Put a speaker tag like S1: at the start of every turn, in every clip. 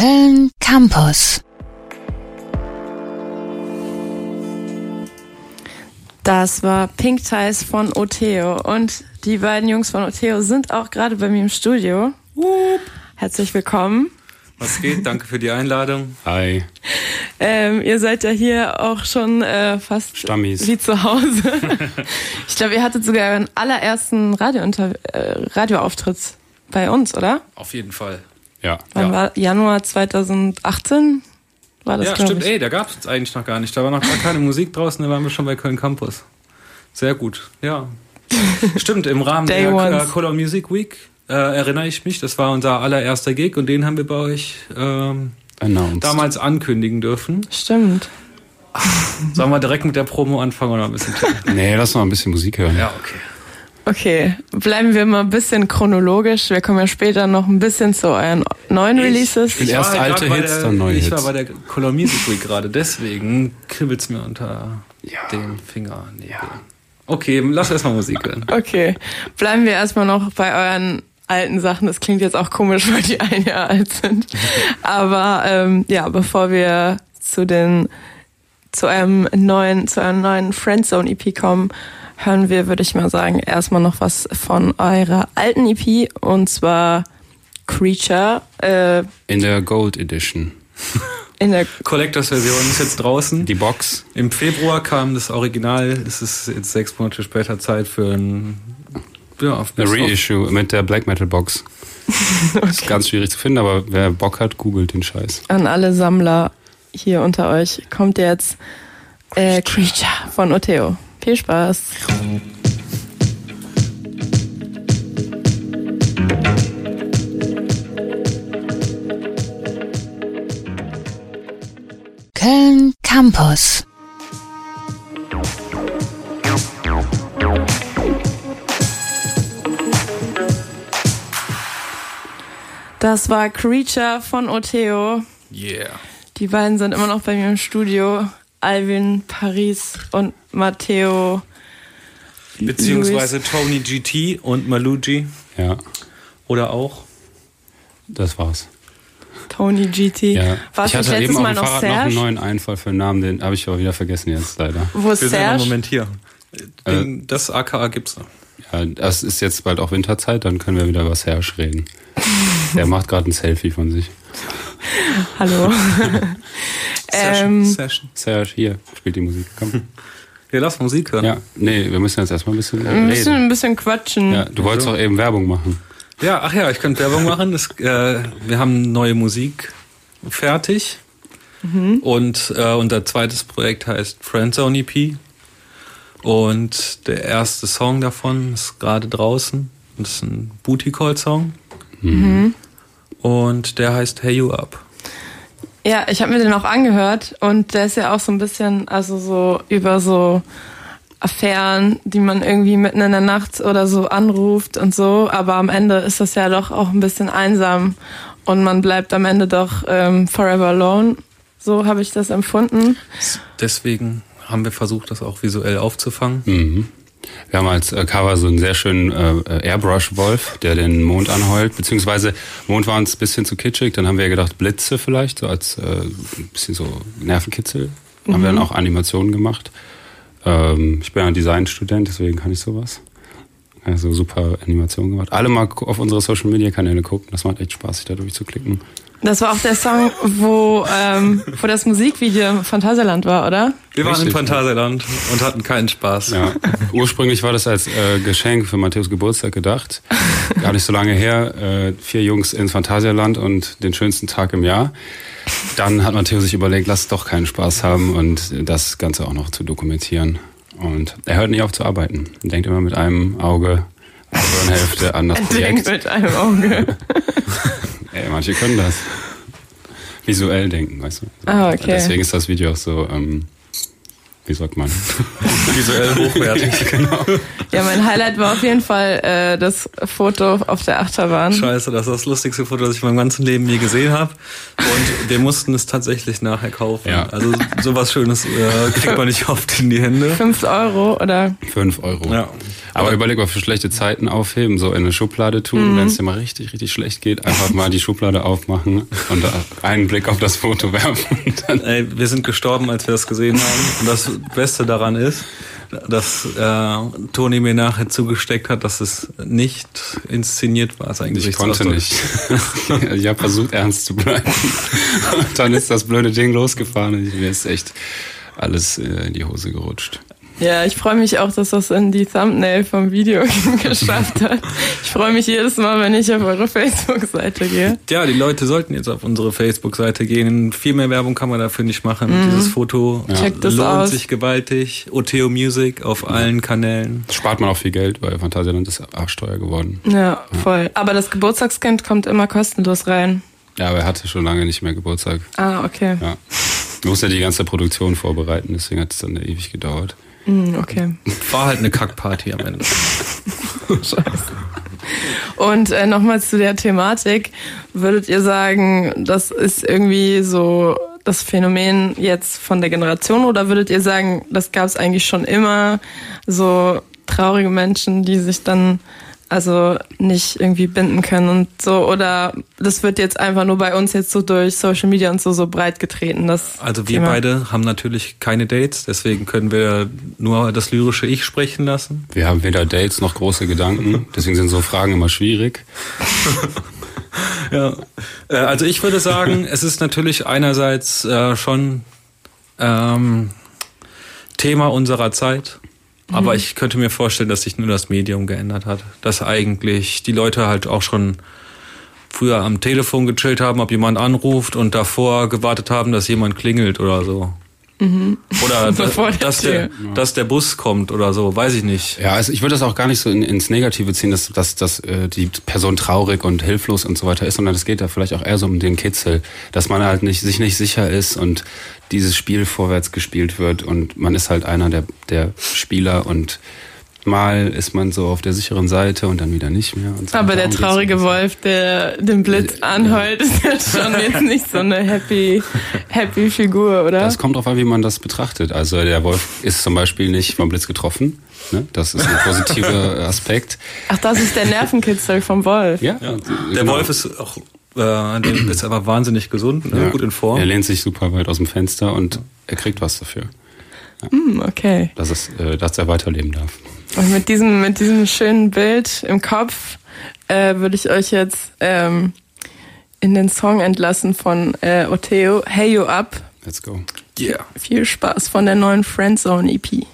S1: Köln Campus.
S2: Das war Pink Ties von Oteo. Und die beiden Jungs von Oteo sind auch gerade bei mir im Studio. Herzlich willkommen.
S3: Was geht? Danke für die Einladung.
S4: Hi.
S2: Ähm, ihr seid ja hier auch schon äh, fast
S4: Stammis.
S2: wie zu Hause. ich glaube, ihr hattet sogar euren allerersten Radiointer äh, Radioauftritt bei uns, oder?
S3: Auf jeden Fall.
S4: Ja.
S2: Wann
S3: Ja.
S2: war Januar 2018? War das,
S3: ja,
S2: glaub
S3: stimmt.
S2: ich.
S3: Ey, da gab es uns eigentlich noch gar nicht. Da war noch gar keine Musik draußen, da waren wir schon bei Köln Campus. Sehr gut, ja. stimmt, im Rahmen
S2: Day
S3: der
S2: ones.
S3: äh, Color Music Week äh, erinnere ich mich, das war unser allererster Gig und den haben wir bei euch ähm,
S4: Announced.
S3: damals ankündigen dürfen.
S2: Stimmt.
S3: Sollen wir direkt mit der Promo anfangen oder ein bisschen?
S4: Nee, lass noch ein bisschen Musik hören.
S3: ja, okay.
S2: Okay, bleiben wir mal ein bisschen chronologisch. Wir kommen ja später noch ein bisschen zu euren neuen Releases.
S4: bin erst
S3: war
S4: alte
S3: grad bei
S4: Hits,
S3: der,
S4: dann neue
S3: Ich war
S4: Hits.
S3: bei der Color Music Week gerade, deswegen kribbelt's mir unter
S4: Ja.
S3: dem Finger. Nee. Okay, lass erstmal Musik hören.
S2: Okay, bleiben wir erstmal noch bei euren alten Sachen. Das klingt jetzt auch komisch, weil die ein Jahr alt sind. Aber ähm, ja, bevor wir zu den zu einem neuen zu einem neuen Friendzone EP kommen, hören wir, würde ich mal sagen, erstmal noch was von eurer alten EP und zwar Creature äh,
S4: In der Gold Edition.
S2: in der
S3: Collectors Version ist jetzt draußen.
S4: Die Box.
S3: Im Februar kam das Original. Es ist jetzt sechs Monate später Zeit für ein ja, auf
S4: Eine Reissue mit der Black Metal Box. Ist ganz schwierig zu finden, aber wer Bock hat, googelt den Scheiß.
S2: an alle Sammler hier unter euch kommt jetzt äh, Creature von Oteo. Viel Spaß.
S1: Köln Campus.
S2: Das war Creature von Oteo.
S3: Yeah.
S2: Die beiden sind immer noch bei mir im Studio. Alvin Paris und Matteo.
S3: Beziehungsweise Tony GT und Maluji
S4: Ja,
S3: oder auch.
S4: das war's.
S2: Tony GT.
S4: Ja.
S2: Warst
S4: ich
S2: du nicht
S4: hatte
S2: letztes
S4: eben auf
S2: Mal
S4: dem
S2: noch
S4: Fahrrad noch einen
S2: Serge?
S4: neuen Einfall für einen Namen, den habe ich aber wieder vergessen jetzt leider.
S2: Wo ist
S3: Wir sind im
S2: Serge?
S3: Moment hier.
S4: Äh.
S3: Den, das AKA gibt's noch.
S4: Ja, das ist jetzt bald auch Winterzeit, dann können wir wieder über Serge reden. Der macht gerade ein Selfie von sich.
S2: Hallo. Ähm.
S3: Session.
S4: Serge, hier, spielt die Musik. Komm.
S3: Wir lassen Musik hören.
S4: Ja, nee, wir müssen jetzt erstmal ein bisschen
S2: Wir
S4: reden.
S2: müssen ein bisschen quatschen.
S4: Ja, du wolltest doch eben Werbung machen.
S3: Ja, ach ja, ich könnte Werbung machen. Das, äh, wir haben neue Musik fertig. Und äh, unser zweites Projekt heißt Friendzone EP. Und der erste Song davon ist gerade draußen. Das ist ein Booty Call Song. Und der heißt Hey You Up.
S2: Ja, ich habe mir den auch angehört und der ist ja auch so ein bisschen, also so über so Affären, die man irgendwie mitten in der Nacht oder so anruft und so, aber am Ende ist das ja doch auch ein bisschen einsam und man bleibt am Ende doch ähm, forever alone. So habe ich das empfunden.
S3: Deswegen haben wir versucht, das auch visuell aufzufangen.
S4: Mhm. Wir haben als äh, Cover so einen sehr schönen äh, Airbrush-Wolf, der den Mond anheult. Beziehungsweise Mond war uns ein bisschen zu kitschig, dann haben wir gedacht, Blitze vielleicht, so als äh, ein bisschen so Nervenkitzel. Haben wir dann auch Animationen gemacht. Ähm, ich bin ja ein Designstudent, deswegen kann ich sowas. Also super Animationen gemacht. Alle mal gu- auf unsere Social Media Kanäle gucken, das macht echt Spaß, sich da durchzuklicken.
S2: Das war auch der Song, wo, ähm, wo das Musikvideo im Phantasialand war, oder?
S3: Wir waren im
S4: Richtig,
S3: Phantasialand und hatten keinen Spaß.
S4: Ja. Ursprünglich war das als äh, Geschenk für Matthäus Geburtstag gedacht. Gar nicht so lange her. Äh, vier Jungs ins Phantasialand und den schönsten Tag im Jahr. Dann hat Matthäus sich überlegt, lass doch keinen Spaß haben und das Ganze auch noch zu dokumentieren. Und er hört nicht auf zu arbeiten. Er denkt immer mit einem Auge, anderen Hälfte an das
S2: Denkt
S4: Projekt.
S2: mit einem Auge.
S4: Ey, manche können das. Visuell denken, weißt du.
S2: Ah, okay.
S4: Deswegen ist das Video auch so, ähm, wie sagt man?
S3: Visuell hochwertig.
S2: Ja, mein Highlight war auf jeden Fall äh, das Foto auf der Achterbahn.
S4: Mhm.
S3: Scheiße, das ist das lustigste Foto, das ich in meinem ganzen Leben je gesehen habe. Und wir mussten es tatsächlich nachher kaufen.
S4: Ja.
S3: Also sowas Schönes äh, kriegt man nicht oft in die Hände.
S2: 5 Euro oder
S4: Fünf Euro.
S3: Ja.
S4: Aber, überleg mal, für schlechte Zeiten aufheben, so in eine Schublade tun, wenn es dir mal richtig, richtig schlecht geht, einfach mal die Schublade aufmachen und da einen Blick auf das Foto werfen. Und dann,
S3: Ey, wir sind gestorben, als wir das gesehen haben. Und das Beste daran ist, dass äh, Toni mir nachher zugesteckt hat, dass es nicht inszeniert war, sein
S4: ich konnte
S3: Gesichtsausdruck.
S4: nicht. ich habe versucht, ernst zu bleiben. Und dann ist das blöde Ding losgefahren und ich- mir ist echt alles äh, in die Hose gerutscht.
S2: Ja, ich freue mich auch, dass das in die Thumbnail vom Video geschafft hat. Ich freue mich jedes Mal, wenn ich auf eure Facebook-Seite gehe.
S3: Ja, die Leute sollten jetzt auf unsere Facebook-Seite gehen. Viel mehr Werbung kann man dafür nicht machen. Dieses Foto
S2: Mhm. Checkt das
S3: lohnt
S2: aus.
S3: sich gewaltig. Oteo Music auf allen Kanälen.
S4: Das spart man auch viel Geld, weil Phantasialand ist arschteuer geworden.
S2: Ja, voll. Aber das Geburtstagskind kommt immer kostenlos rein.
S4: Ja, aber er hatte schon lange nicht mehr Geburtstag.
S2: Ah, okay.
S4: Ja. Man muss ja die ganze Produktion vorbereiten, deswegen hat es dann ewig gedauert.
S2: Hm, okay.
S3: War halt eine Kackparty am Ende.
S2: Und äh, nochmal zu der Thematik. Würdet ihr sagen, das ist irgendwie so das Phänomen jetzt von der Generation oder würdet ihr sagen, das gab es eigentlich schon immer, so traurige Menschen, die sich dann also nicht irgendwie binden können und so oder das wird jetzt einfach nur bei uns jetzt so durch Social Media und so so breit getreten, das
S3: Also wir
S2: Thema.
S3: beide haben natürlich keine Dates, deswegen können wir nur das lyrische Ich sprechen lassen.
S4: Wir haben weder Dates noch große Gedanken, deswegen sind so Fragen immer schwierig.
S3: Ja. Äh, Also ich würde sagen, es ist natürlich einerseits äh, schon ähm, Thema unserer Zeit, aber ich könnte mir vorstellen, dass sich nur das Medium geändert hat. Dass eigentlich die Leute halt auch schon früher am Telefon gechillt haben, ob jemand anruft und davor gewartet haben, dass jemand klingelt oder so. Oder
S2: Bevor der
S3: dass, der, dass der Bus kommt oder so, weiß ich nicht.
S4: Ja, also ich würde das auch gar nicht so in, ins Negative ziehen, dass, dass, dass äh, die Person traurig und hilflos und so weiter ist, sondern es geht da vielleicht auch eher so um den Kitzel, dass man halt nicht, sich nicht sicher ist und dieses Spiel vorwärts gespielt wird und man ist halt einer der, der Spieler und mal ist man so auf der sicheren Seite und dann wieder nicht mehr. Und so.
S2: aber der
S4: Darum geht's
S2: traurige
S4: mir.
S2: Wolf, der den Blitz anheult, ist ja schon jetzt nicht so eine happy, happy Figur, oder?
S4: Das kommt drauf an, wie man das betrachtet. Also der Wolf ist zum Beispiel nicht vom Blitz getroffen. Ne? Das ist ein positiver Aspekt.
S2: Ach, das ist der Nervenkitzel vom Wolf.
S4: Ja, genau.
S3: Der Wolf ist auch äh, dem ist aber wahnsinnig gesund, ne? gut in Form.
S4: Er lehnt sich super weit aus dem Fenster und er kriegt was dafür,
S2: Hm, okay.
S4: dass, es, äh, dass er weiterleben darf.
S2: Und mit diesem, mit diesem schönen Bild im Kopf äh, würde ich euch jetzt ähm, in den Song entlassen von äh, Oteo, Hey You Up.
S4: Let's go.
S3: Yeah.
S2: Viel Spaß von der neuen Friendzone E EP.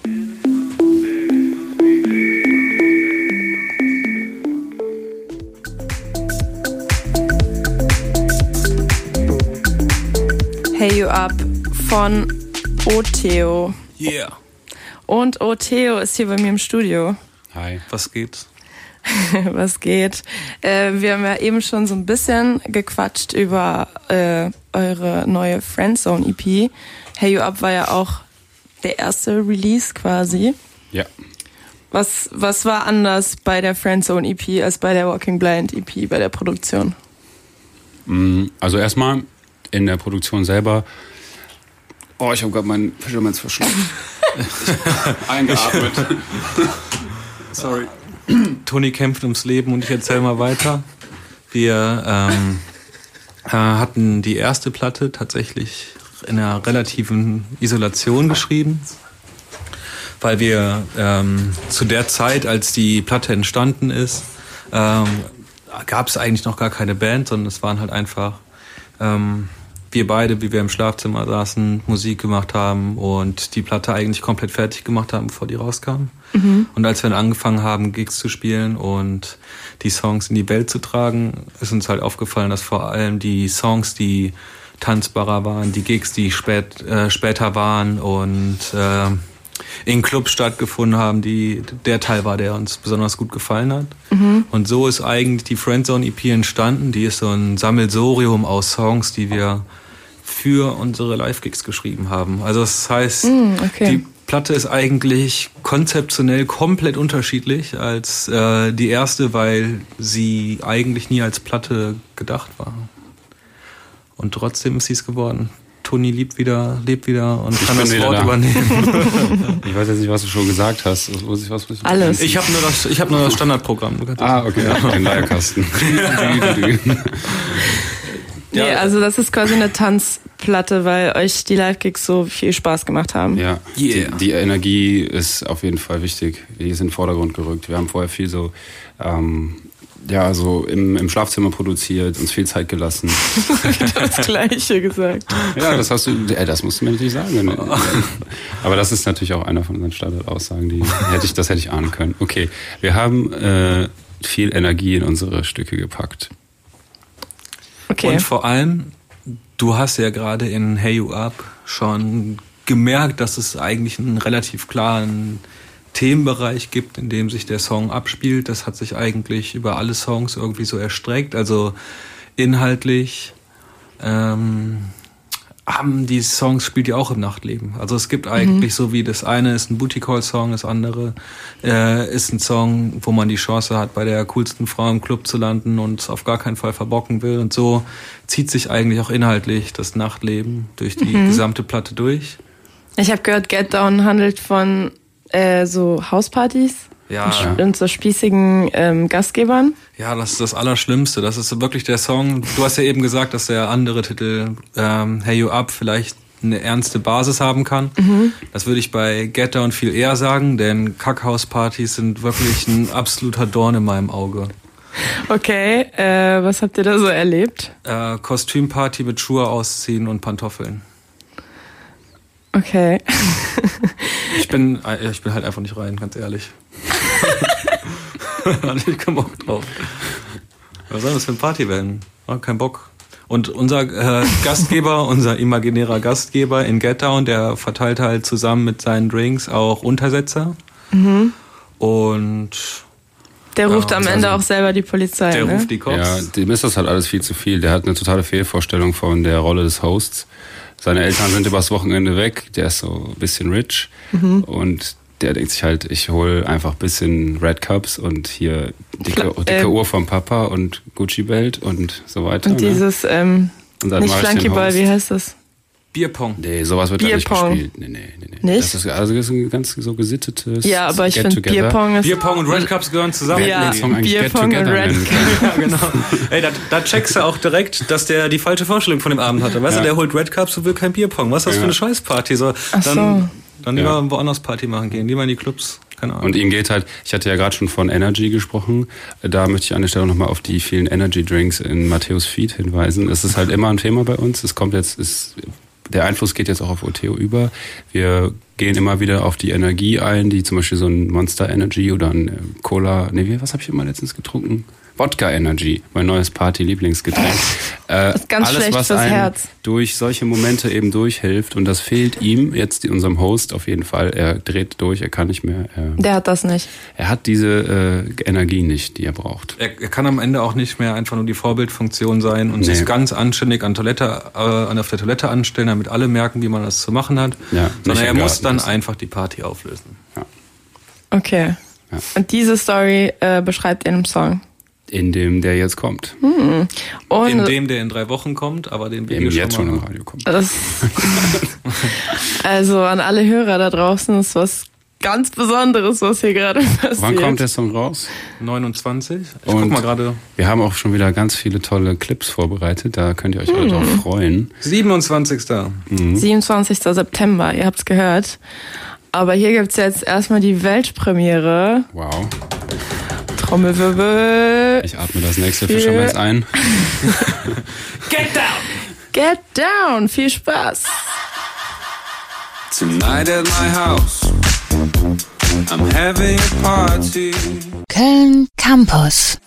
S2: Hey You Up von Oteo.
S3: Yeah.
S2: Und Oteo ist hier bei mir im Studio.
S4: Hi.
S3: Was geht's?
S2: Was geht? Äh, wir haben ja eben schon so ein bisschen gequatscht über äh, eure neue Friendzone EP. Hey You Up war ja auch der erste Release quasi.
S4: Ja.
S2: Was, was war anders bei der Friendzone EP als bei der Walking Blind EP, bei der Produktion?
S4: Mm, Also erstmal in der Produktion selber. Oh, ich habe gerade meinen Fischermanns verschluckt. Eingeatmet.
S3: Sorry. Toni kämpft ums Leben und ich erzähle mal weiter. Wir ähm, äh, hatten die erste Platte tatsächlich in einer relativen Isolation geschrieben, weil wir ähm, zu der Zeit, als die Platte entstanden ist, ähm, gab es eigentlich noch gar keine Band, sondern es waren halt einfach ähm, wir beide, wie wir im Schlafzimmer saßen, Musik gemacht haben und die Platte eigentlich komplett fertig gemacht haben, bevor die rauskam. Und als wir dann angefangen haben, Gigs zu spielen und die Songs in die Welt zu tragen, ist uns halt aufgefallen, dass vor allem die Songs, die tanzbarer waren, die Gigs, die spät, äh, später waren und äh, in Clubs stattgefunden haben, die der Teil war, der uns besonders gut gefallen hat. Und so ist eigentlich die Friendzone EP entstanden. Die ist so ein Sammelsorium aus Songs, die wir für unsere Live-Gigs geschrieben haben. Also das heißt,
S2: okay.
S3: die Platte ist eigentlich konzeptionell komplett unterschiedlich als äh, die erste, weil sie eigentlich nie als Platte gedacht war. Und trotzdem ist sie es geworden. Toni lebt wieder, lebt wieder und kann
S4: bin
S3: das
S4: wieder
S3: Wort
S4: da.
S3: übernehmen.
S4: Ich weiß jetzt nicht, was du schon gesagt hast. Was, was, was, was,
S2: Alles.
S3: Ich habe nur das, ich habe nur das Standardprogramm. Du kannst-
S4: Ah, okay, den Leierkasten.
S2: Nee, also das ist quasi eine Tanzplatte, weil euch die Live-Gigs so viel Spaß gemacht haben.
S4: ja,
S3: Yeah.
S4: die, die Energie ist auf jeden Fall wichtig. Die ist in den Vordergrund gerückt. Wir haben vorher viel so, ähm, ja, so im, im Schlafzimmer produziert, uns viel Zeit gelassen.
S2: Das gleiche gesagt.
S4: Ja, das hast du, äh, das musst du mir natürlich sagen. Aber das ist natürlich auch einer von unseren Standardaussagen, die hätte ich, das hätte ich ahnen können. Okay, wir haben äh, viel Energie in unsere Stücke gepackt.
S2: Okay.
S3: Und vor allem, du hast ja gerade in Hey You Up schon gemerkt, dass es eigentlich einen relativ klaren Themenbereich gibt, in dem sich der Song abspielt. Das hat sich eigentlich über alle Songs irgendwie so erstreckt. Also inhaltlich ähm, haben die Songs spielt ja auch im Nachtleben. Also es gibt eigentlich so wie das eine ist ein Booty Call Song, das andere äh, ist ein Song, wo man die Chance hat, bei der coolsten Frau im Club zu landen und es auf gar keinen Fall verbocken will. Und so zieht sich eigentlich auch inhaltlich das Nachtleben durch die gesamte Platte durch.
S2: Ich habe gehört, Get Down handelt von äh, so Hauspartys
S3: Ah, Ja,
S2: und, sch- und so spießigen ähm, Gastgebern.
S3: ja, das ist das Allerschlimmste. Das ist wirklich der Song. Du hast ja eben gesagt, dass der andere Titel ähm, Hey You Up vielleicht eine ernste Basis haben kann. Das würde ich bei Get Down viel eher sagen, denn Kackhauspartys sind wirklich ein absoluter Dorn in meinem Auge.
S2: Okay, äh, was habt ihr da so erlebt?
S3: Äh, Kostümparty mit Schuhe ausziehen und Pantoffeln.
S2: Okay.
S3: Ich bin, äh, ich bin halt einfach nicht rein, ganz ehrlich. Hatte ich keinen Bock drauf. Was soll das für ein Party werden? War kein Bock. Und unser äh, Gastgeber, unser imaginärer Gastgeber in Get Down, der verteilt halt zusammen mit seinen Drinks auch Untersetzer. Und
S2: Der ruft
S3: Ja,
S2: am
S3: also
S2: Ende auch selber die Polizei.
S3: der
S2: ne?
S3: ruft die Cops.
S4: Ja, dem ist das halt alles viel zu viel. Der hat eine totale Fehlvorstellung von der Rolle des Hosts. Seine Eltern sind übers Wochenende weg, der ist so ein bisschen rich
S2: Mhm.
S4: und der denkt sich halt, ich hole einfach ein bisschen Red Cups und hier dicke,
S2: Fla-
S4: dicke
S2: ähm.
S4: Uhr vom Papa und Gucci-Belt und so weiter.
S2: Und
S4: ne?
S2: dieses, ähm,
S4: Und dann
S2: nicht
S4: mach ich den
S2: Flunkyball,
S4: Host.
S2: wie heißt das?
S3: Bierpong.
S4: Nee, sowas wird da nicht
S2: Bierpong.
S4: gespielt. Nee, nee, nee, nee.
S2: Nicht?
S4: Das ist also das ist ein ganz so gesittetes
S2: Ja, aber ich finde
S4: Get-Together.
S2: Bierpong ist.
S3: Bierpong und Red Cups gehören zusammen.
S4: Wir
S2: Ja,
S4: hätten den Song eigentlich Get
S2: Bierpong und
S4: Together
S2: Red
S4: nennen können.
S3: Ja, genau. Ey, da, da checkst du auch direkt, dass der die falsche Vorstellung von dem Abend hatte. Weißt
S4: Ja.
S3: du, der holt Red Cups und will kein Bierpong. Was ist das
S4: Ja.
S3: für eine Scheißparty? So, dann
S2: so.
S3: dann lieber
S4: Ja.
S3: woanders Party machen gehen, lieber in die Clubs. Keine Ahnung.
S4: Und ihm geht halt, ich hatte ja gerade schon von Energy gesprochen, da möchte ich an der Stelle nochmal auf die vielen Energy Drinks in Matthäus Feed hinweisen. Es ist halt immer ein Thema bei uns. Es kommt jetzt, es, der Einfluss geht jetzt auch auf Oteo über. Wir gehen immer wieder auf die Energie ein, die zum Beispiel so ein Monster Energy oder ein äh, Cola, nee, wie- was habe ich immer letztens getrunken? Wodka Energy, mein neues Party-Lieblingsgetränk. Äh,
S2: Ist ganz schlecht fürs
S4: einen
S2: Herz.
S4: durch solche Momente eben durchhilft und das fehlt ihm jetzt unserem Host auf jeden Fall. Er dreht durch, er kann nicht mehr. Er
S2: Der hat das nicht.
S4: er hat diese äh, Energie nicht, die er braucht.
S3: Er, er kann am Ende auch nicht mehr einfach nur die Vorbildfunktion sein und
S4: Nee.
S3: sich ganz anständig an Toilette, äh, an- auf der Toilette anstellen, damit alle merken, wie man das zu machen hat.
S4: Ja, nicht
S3: Sondern er
S4: im
S3: muss
S4: Garten
S3: dann
S4: ist.
S3: einfach die Party auflösen.
S2: Okay.
S4: Ja.
S2: Und diese Story äh, beschreibt ihr in einem Song.
S4: In dem der jetzt kommt.
S2: Und
S3: In dem, der in drei Wochen kommt, aber den wir
S4: Dem
S3: hier schon
S4: jetzt schon
S3: mal
S4: im Radio
S2: Äh,
S4: kommt.
S2: Das also an alle Hörer da draußen ist was ganz Besonderes, was hier gerade passiert.
S4: Wann kommt der Song raus?
S3: 29. Ich
S4: Und
S3: guck mal gerade.
S4: Wir haben auch schon wieder ganz viele tolle Clips vorbereitet. Da könnt ihr euch alle drauf freuen.
S3: 27.
S2: 27. September, ihr habt's gehört. Aber hier gibt's jetzt erstmal die Weltpremiere.
S4: Wow.
S2: Trommelwirbel.
S4: Ich atme das nächste Fischermess ein.
S2: Get down. Viel Spaß.
S5: Tonight at my house, I'm having a party.
S1: Köln Campus.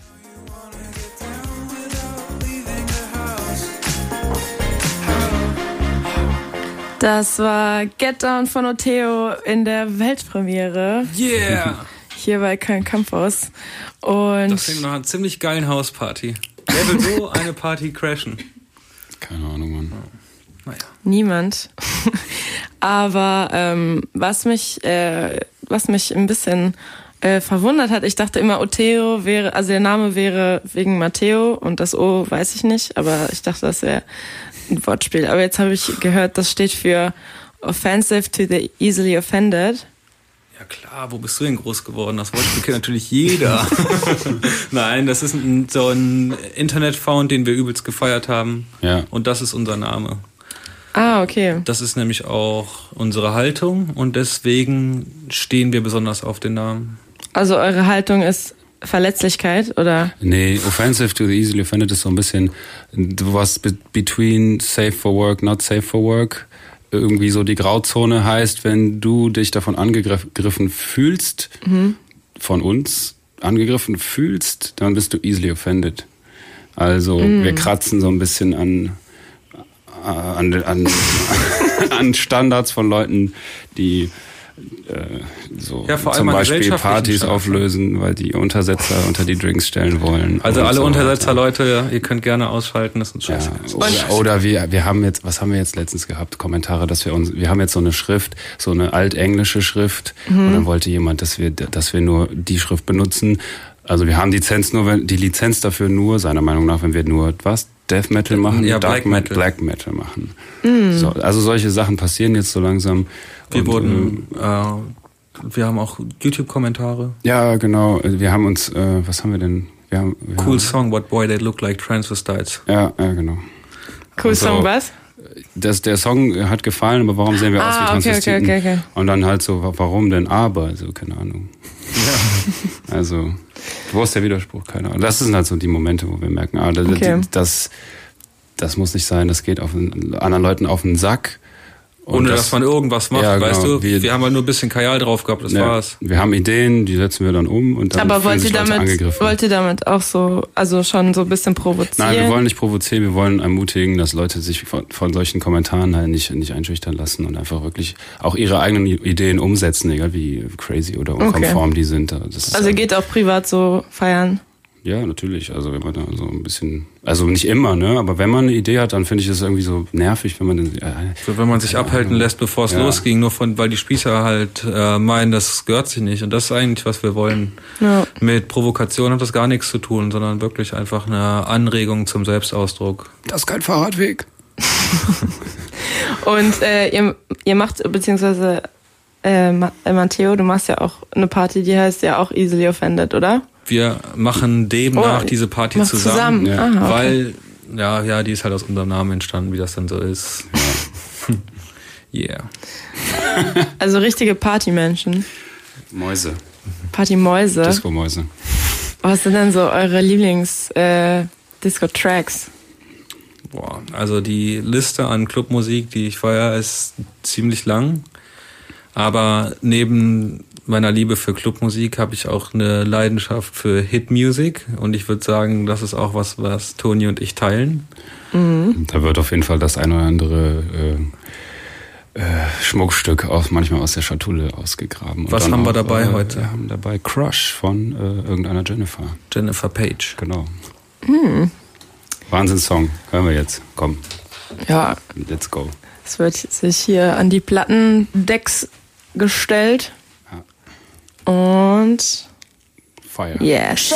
S2: Das war Get Down von Oteo in der Weltpremiere
S3: Yeah!
S2: hier bei Köln Campus. Und
S3: Das klingt nach einer ziemlich geilen Hausparty. Wer will so eine Party crashen?
S4: Keine Ahnung, Mann.
S3: Naja.
S2: Niemand. Aber ähm, was mich, äh, was mich ein bisschen äh, verwundert hat, ich dachte immer, Oteo wäre, also der Name wäre wegen Matteo und das O weiß ich nicht, aber ich dachte, das wäre ein Wortspiel, aber jetzt habe ich gehört, das steht für offensive to the easily offended.
S3: Ja klar, wo bist du denn groß geworden? Das Wortspiel kennt natürlich jeder. Nein, das ist ein, so ein Internet-Found, den wir übelst gefeiert haben.
S4: Ja.
S3: Und das ist unser Name.
S2: Ah, okay.
S3: Das ist nämlich auch unsere Haltung und deswegen stehen wir besonders auf den Namen.
S2: Also eure Haltung ist Verletzlichkeit oder?
S4: Nee, offensive to the easily offended ist so ein bisschen, du warst be- between safe for work, not safe for work. Irgendwie so die Grauzone heißt, wenn du dich davon angegriffen fühlst, von uns angegriffen fühlst, dann bist du easily offended. Also wir kratzen so ein bisschen an, äh, an, an, an Standards von Leuten, die äh, so
S3: Ja, vor allem
S4: zum
S3: an
S4: Beispiel
S3: gesellschaftlichen
S4: Partys
S3: Standards.
S4: auflösen, weil die Untersetzer unter die Drinks stellen wollen.
S3: Also
S4: und
S3: alle
S4: so
S3: Untersetzer,
S4: weiter.
S3: Leute, ihr könnt gerne ausschalten, das ist uns
S4: Ja,
S3: scheißegal.
S4: oder oder wir, wir haben jetzt, was haben wir jetzt letztens gehabt? Kommentare, dass wir uns, wir haben jetzt so eine Schrift, so eine altenglische Schrift, und dann wollte jemand, dass wir, dass wir nur die Schrift benutzen. Also wir haben die Lizenz nur, wenn, die Lizenz dafür nur, seiner Meinung nach, wenn wir nur was? Death Metal machen,
S3: Ja, Black
S4: Met-
S3: Metal.
S4: Black Metal machen. So, also solche Sachen passieren jetzt so langsam.
S3: Wir
S4: Und, ähm,
S3: wurden, äh, wir haben auch YouTube-Kommentare.
S4: Ja, genau. Wir haben uns, äh, was haben wir denn? Wir haben, wir
S3: Cool
S4: Haben,
S3: Song, What Boy They Look Like, Transvestites.
S4: ja, ja, genau.
S2: Cool
S4: Also,
S2: Song was?
S4: Das, der Song hat gefallen, aber warum sehen wir aus wie
S2: Ah, okay, okay,
S4: Transvestiten?
S2: okay, okay.
S4: Und dann halt so, wa- warum denn aber? Also, keine Ahnung. Also, wo ist der Widerspruch? Keine Ahnung. Das sind halt so die Momente, wo wir merken, ah, das,
S2: Okay.
S4: das, das muss nicht sein, das geht auf den, anderen Leuten auf den Sack. Und
S3: Ohne dass man irgendwas macht,
S4: Ja,
S3: weißt
S4: genau.
S3: du?
S4: Wir-
S3: Wir, haben halt nur ein bisschen Kajal drauf gehabt, das
S4: ja,
S3: war's.
S4: Wir haben Ideen, die setzen wir dann um und dann
S2: Aber
S4: fühlen
S2: wollt
S4: sich
S2: ihr
S4: Leute
S2: damit,
S4: angegriffen.
S2: wollt ihr damit auch so, also schon so ein bisschen provozieren?
S4: Nein, wir wollen nicht provozieren, wir wollen ermutigen, dass Leute sich von, von solchen Kommentaren halt nicht, nicht einschüchtern lassen und einfach wirklich auch ihre eigenen Ideen umsetzen, egal wie crazy oder unkonform die sind. Das ist
S2: also ihr
S4: halt-
S2: geht auch privat so feiern.
S4: ja, natürlich. Also wenn man da so ein bisschen, also nicht immer, ne? Aber wenn man eine Idee hat, dann finde ich das irgendwie so nervig, wenn man dann, äh,
S3: So, wenn man sich abhalten lässt, bevor es
S4: Ja.
S3: losging, nur von, weil die Spießer halt äh, meinen, das gehört sich nicht. Und das ist eigentlich, was wir wollen.
S2: Ja.
S3: Mit Provokation hat das gar nichts zu tun, sondern wirklich einfach eine Anregung zum Selbstausdruck.
S4: das ist kein Fahrradweg.
S2: Und äh, ihr, ihr macht, beziehungsweise äh, Ma- äh, Matteo, du machst ja auch eine Party, die heißt ja auch Easily Offended, oder?
S3: Wir machen demnach
S2: Oh,
S3: diese Party
S2: macht zusammen.
S3: zusammen,
S2: Ja. Ah, okay.
S3: weil ja, ja, die ist halt aus unserem Namen entstanden, wie das dann so ist. yeah.
S2: Also richtige Partymenschen,
S4: Mäuse,
S2: Partymäuse.
S4: Disco-Mäuse.
S2: Was sind denn so eure Lieblings äh, Disco-Tracks?
S3: Boah, also die Liste an Clubmusik, die ich feiere, ist ziemlich lang. Aber neben meiner Liebe für Clubmusik habe ich auch eine Leidenschaft für Hitmusik und ich würde sagen, das ist auch was, was Toni und ich teilen.
S4: Da wird auf jeden Fall das ein oder andere äh, äh, Schmuckstück aus, manchmal aus der Schatulle ausgegraben. Und
S3: Was
S4: dann
S3: haben wir
S4: auch,
S3: dabei
S4: äh,
S3: heute?
S4: Wir haben dabei Crush von äh, irgendeiner Jennifer.
S3: Jennifer Page.
S4: Genau. Wahnsinnssong. Hören wir jetzt. Komm,
S2: Ja,
S4: let's go.
S2: es wird sich hier an die Plattendecks gestellt. Und
S4: Fire.
S2: yes.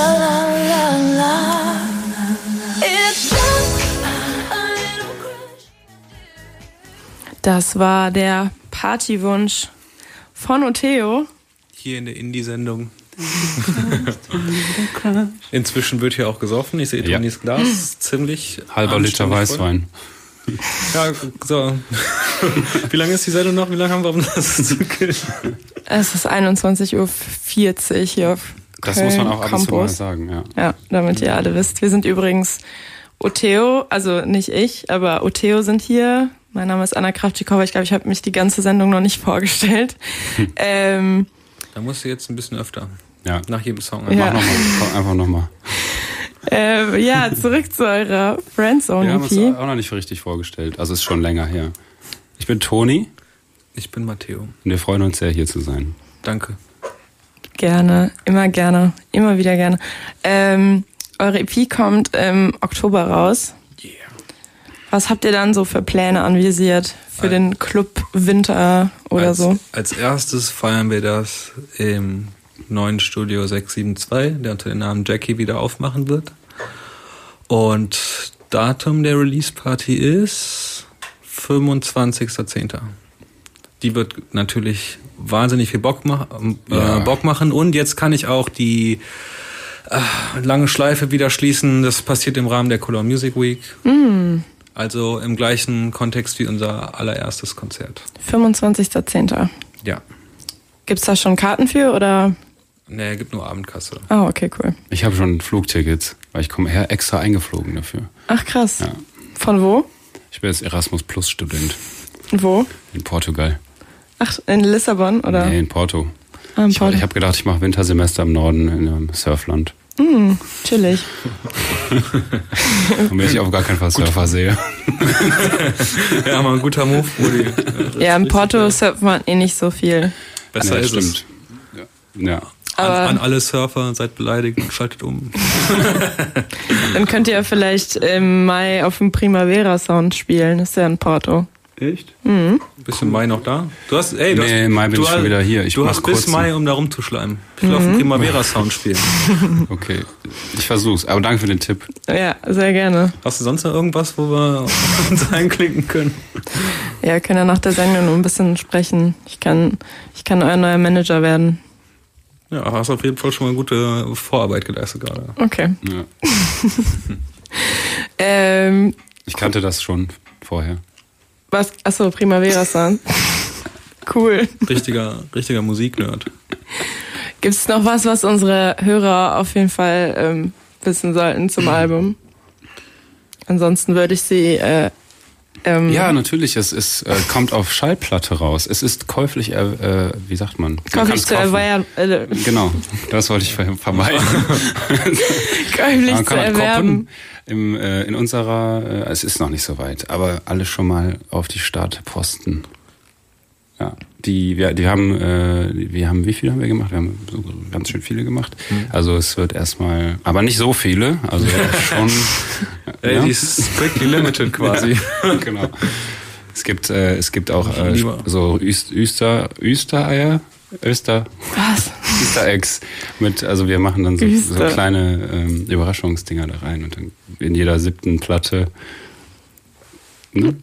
S2: Das war der Partywunsch von Oteo.
S3: Hier in der Indie-Sendung. Inzwischen wird hier auch gesoffen. Ich sehe
S4: Ja.
S3: Tonis Glas ziemlich.
S4: Halber Liter
S3: anständig voll.
S4: Weißwein.
S3: Ja, so. Wie lange ist die Sendung noch? Wie lange haben wir, um das zu killen?
S2: Es ist 21.40 Uhr hier auf
S4: Das
S2: Köln
S4: muss man auch ab und zu mal
S2: Campus.
S4: sagen, ja.
S2: Ja, damit ihr alle wisst. Wir sind übrigens Oteo, also nicht ich, aber Oteo sind hier. Mein Name ist Anna Kravtschikowa. Ich glaube, ich habe mich die ganze Sendung noch nicht vorgestellt.
S4: Hm.
S2: ähm,
S3: Da musst du jetzt ein bisschen öfter.
S4: ja.
S3: Nach jedem Song.
S2: Ja.
S4: Mach nochmal. Komm, einfach nochmal.
S2: ähm, ja, zurück zu eurer
S4: Wir haben uns
S2: Friendzone-EP.
S4: auch noch nicht richtig vorgestellt. Also ist schon länger her. Ich bin Toni
S3: Ich bin Matteo.
S4: und wir freuen uns sehr, hier zu sein.
S3: Danke.
S2: Gerne, immer gerne, immer wieder gerne. Ähm, eure EP kommt im Oktober raus. Was habt ihr dann so für Pläne anvisiert für
S3: Ein-
S2: den Club Winter oder
S3: als,
S2: so?
S3: Als erstes feiern wir das im neuen Studio 672, der unter dem Namen Jackie wieder aufmachen wird. Und Datum der Release-Party ist 25.10. Die wird natürlich wahnsinnig viel Bock, mach, äh,
S4: Ja.
S3: Bock machen. Und jetzt kann ich auch die äh, lange Schleife wieder schließen. Das passiert im Rahmen der Color Music Week.
S2: Mm.
S3: Also im gleichen Kontext wie unser allererstes Konzert.
S2: 25.10.
S3: Ja.
S2: Gibt's da schon Karten für oder?
S3: Ne, gibt nur Abendkasse.
S2: Ah, okay, cool.
S4: Ich habe schon Flugtickets, weil ich komme her extra eingeflogen dafür.
S2: Ach krass.
S4: Ja.
S2: Von wo?
S4: Ich bin jetzt Erasmus Plus Student
S2: Wo?
S4: in Portugal.
S2: Ach, in Lissabon oder?
S4: Nee, in Porto.
S2: Ah, in
S4: Ich,
S2: Porto.
S4: ich habe gedacht, ich mache Wintersemester im Norden in einem Surfland.
S2: Chillig.
S4: Damit ich auf gar keinen Fall Surfer sehe.
S3: Ja, mal ein guter Move, Rudi.
S2: Ja, in Porto surft man eh nicht so viel.
S3: Besser
S4: Ja,
S3: ist es.
S4: stimmt. Ja. ja.
S2: Aber-
S3: An, an alle Surfer, seid beleidigt und schaltet um.
S2: Dann könnt ihr ja vielleicht im Mai auf dem Primavera Sound spielen. Ist ja in Porto.
S4: Echt?
S3: Bist du im Mai noch da? Du hast, ey, du
S4: Nee,
S3: hast,
S4: im Mai bin
S3: du
S4: ich schon
S3: hast-
S4: wieder hier. Ich
S3: du
S4: mach
S3: hast bis
S4: kurzen.
S3: Mai, um da rumzuschleimen. Ich will auf dem Primavera-Sound spielen.
S4: Okay. Ich versuch's. Aber danke für den Tipp.
S2: Ja, sehr gerne.
S3: Hast du sonst noch irgendwas, wo wir uns einklinken können?
S2: Ja, können ja nach der Sendung noch ein bisschen sprechen. Ich kann, ich kann euer neuer Manager werden.
S3: Ja, hast auf jeden Fall schon mal gute Vorarbeit geleistet gerade.
S2: Okay.
S4: Ja.
S2: Ähm,
S4: Ich kannte das schon vorher.
S2: was? Achso, Primavera Sound. cool.
S3: Richtiger, richtiger Musiknerd.
S2: Gibt es noch was, was unsere Hörer auf jeden Fall ähm, wissen sollten zum Album? Ansonsten würde ich sie. Äh, ähm,
S4: Ja, natürlich. Es ist, äh, kommt auf Schallplatte raus. Es ist käuflich, äh, äh, wie sagt man? Man kann's
S2: Käuflich zu
S4: kaufen.
S2: erwerben. Äh,
S4: Genau, das wollte ich ver- vermeiden.
S2: käuflich
S4: Man
S2: zu
S4: kann halt
S2: erwerben.
S4: koppen im, äh, in unserer, äh, es ist noch nicht so weit, aber alle schon mal auf die Startposten. Ja, die, wir, die haben, äh, wir haben, wie viele haben wir gemacht? Wir haben so ganz schön viele gemacht. Also es wird erstmal, aber nicht so viele, also schon.
S3: Ey,
S4: ja.
S3: die ist strictly limited quasi.
S4: Ja, genau. Es gibt, äh, es gibt auch äh,
S3: Lieber.
S4: so Üst- Üster, Üstereier, Öster,
S2: Was?
S4: Easter Eggs mit, also wir machen dann so, so
S2: Easter.
S4: kleine ähm, Überraschungsdinger da rein und dann in jeder siebten Platte. Ne?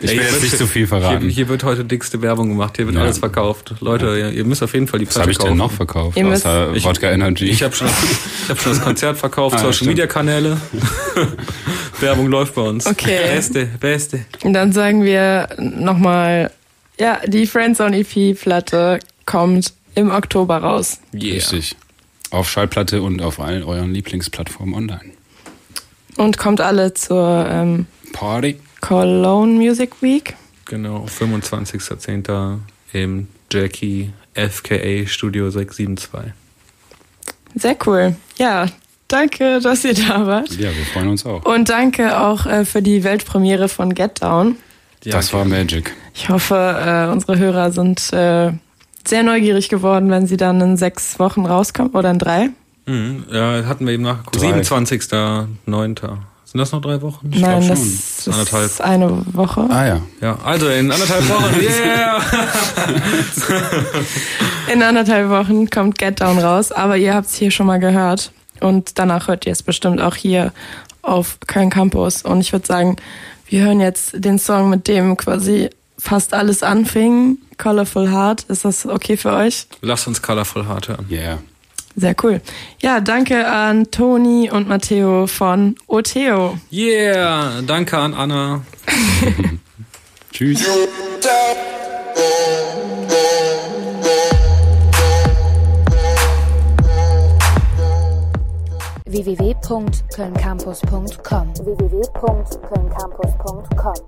S4: Ich will
S3: Ey,
S4: jetzt
S3: hier-
S4: nicht zu viel verraten.
S3: Hier, hier wird heute dickste Werbung gemacht, hier wird
S4: Ja.
S3: alles verkauft. Leute, ihr, ihr müsst auf jeden Fall die
S4: Was
S3: Platte
S4: habe ich
S3: kaufen.
S4: denn noch verkauft?
S2: Ihr müsst-
S4: Außer
S3: Ich-
S4: Vodka Energy.
S3: Ich habe schon, ich hab schon das Konzert verkauft,
S4: Ah, ja,
S3: Social
S4: stimmt.
S3: Media Kanäle. Werbung läuft bei uns.
S2: Okay.
S3: Beste, beste.
S2: Und dann sagen wir nochmal, ja, die Friendzone EP-Platte kommt im Oktober raus.
S4: Richtig. Auf Schallplatte und auf allen euren Lieblingsplattformen online.
S2: Und kommt alle zur ähm,
S4: Party.
S2: Cologne Music Week.
S3: Genau, 25.10. im Jackie FKA Studio 672.
S2: Sehr cool. Ja, danke, dass ihr da wart.
S4: Ja, wir freuen uns auch.
S2: Und danke auch äh, für die Weltpremiere von Get Down.
S4: das war Magic.
S2: Ich hoffe, äh, unsere Hörer sind äh, sehr neugierig geworden, wenn sie dann in sechs Wochen rauskommen oder in drei.
S3: Mhm, ja, hatten wir eben nachgeguckt.
S4: Drei.
S3: 27.09. Sind das noch drei Wochen? Ich
S2: Nein,
S3: glaub
S2: das
S3: schon.
S2: ist
S3: Anderthalb.
S2: eine Woche.
S4: Ah ja.
S3: Ja, also in anderthalb Wochen. Yeah!
S2: In anderthalb Wochen kommt Get Down raus, aber ihr habt es hier schon mal gehört. Und danach hört ihr es bestimmt auch hier auf Köln Campus. Und ich würde sagen, wir hören jetzt den Song, mit dem quasi fast alles anfing. Colorful Heart. Ist das okay für euch?
S3: Lasst uns Colorful Heart hören.
S4: Yeah.
S2: Sehr cool. Ja, danke an Toni und Matteo von Oteo.
S3: Yeah! Danke an Anna.
S4: Tschüss.
S6: www.kölncampus.com www.kölncampus.com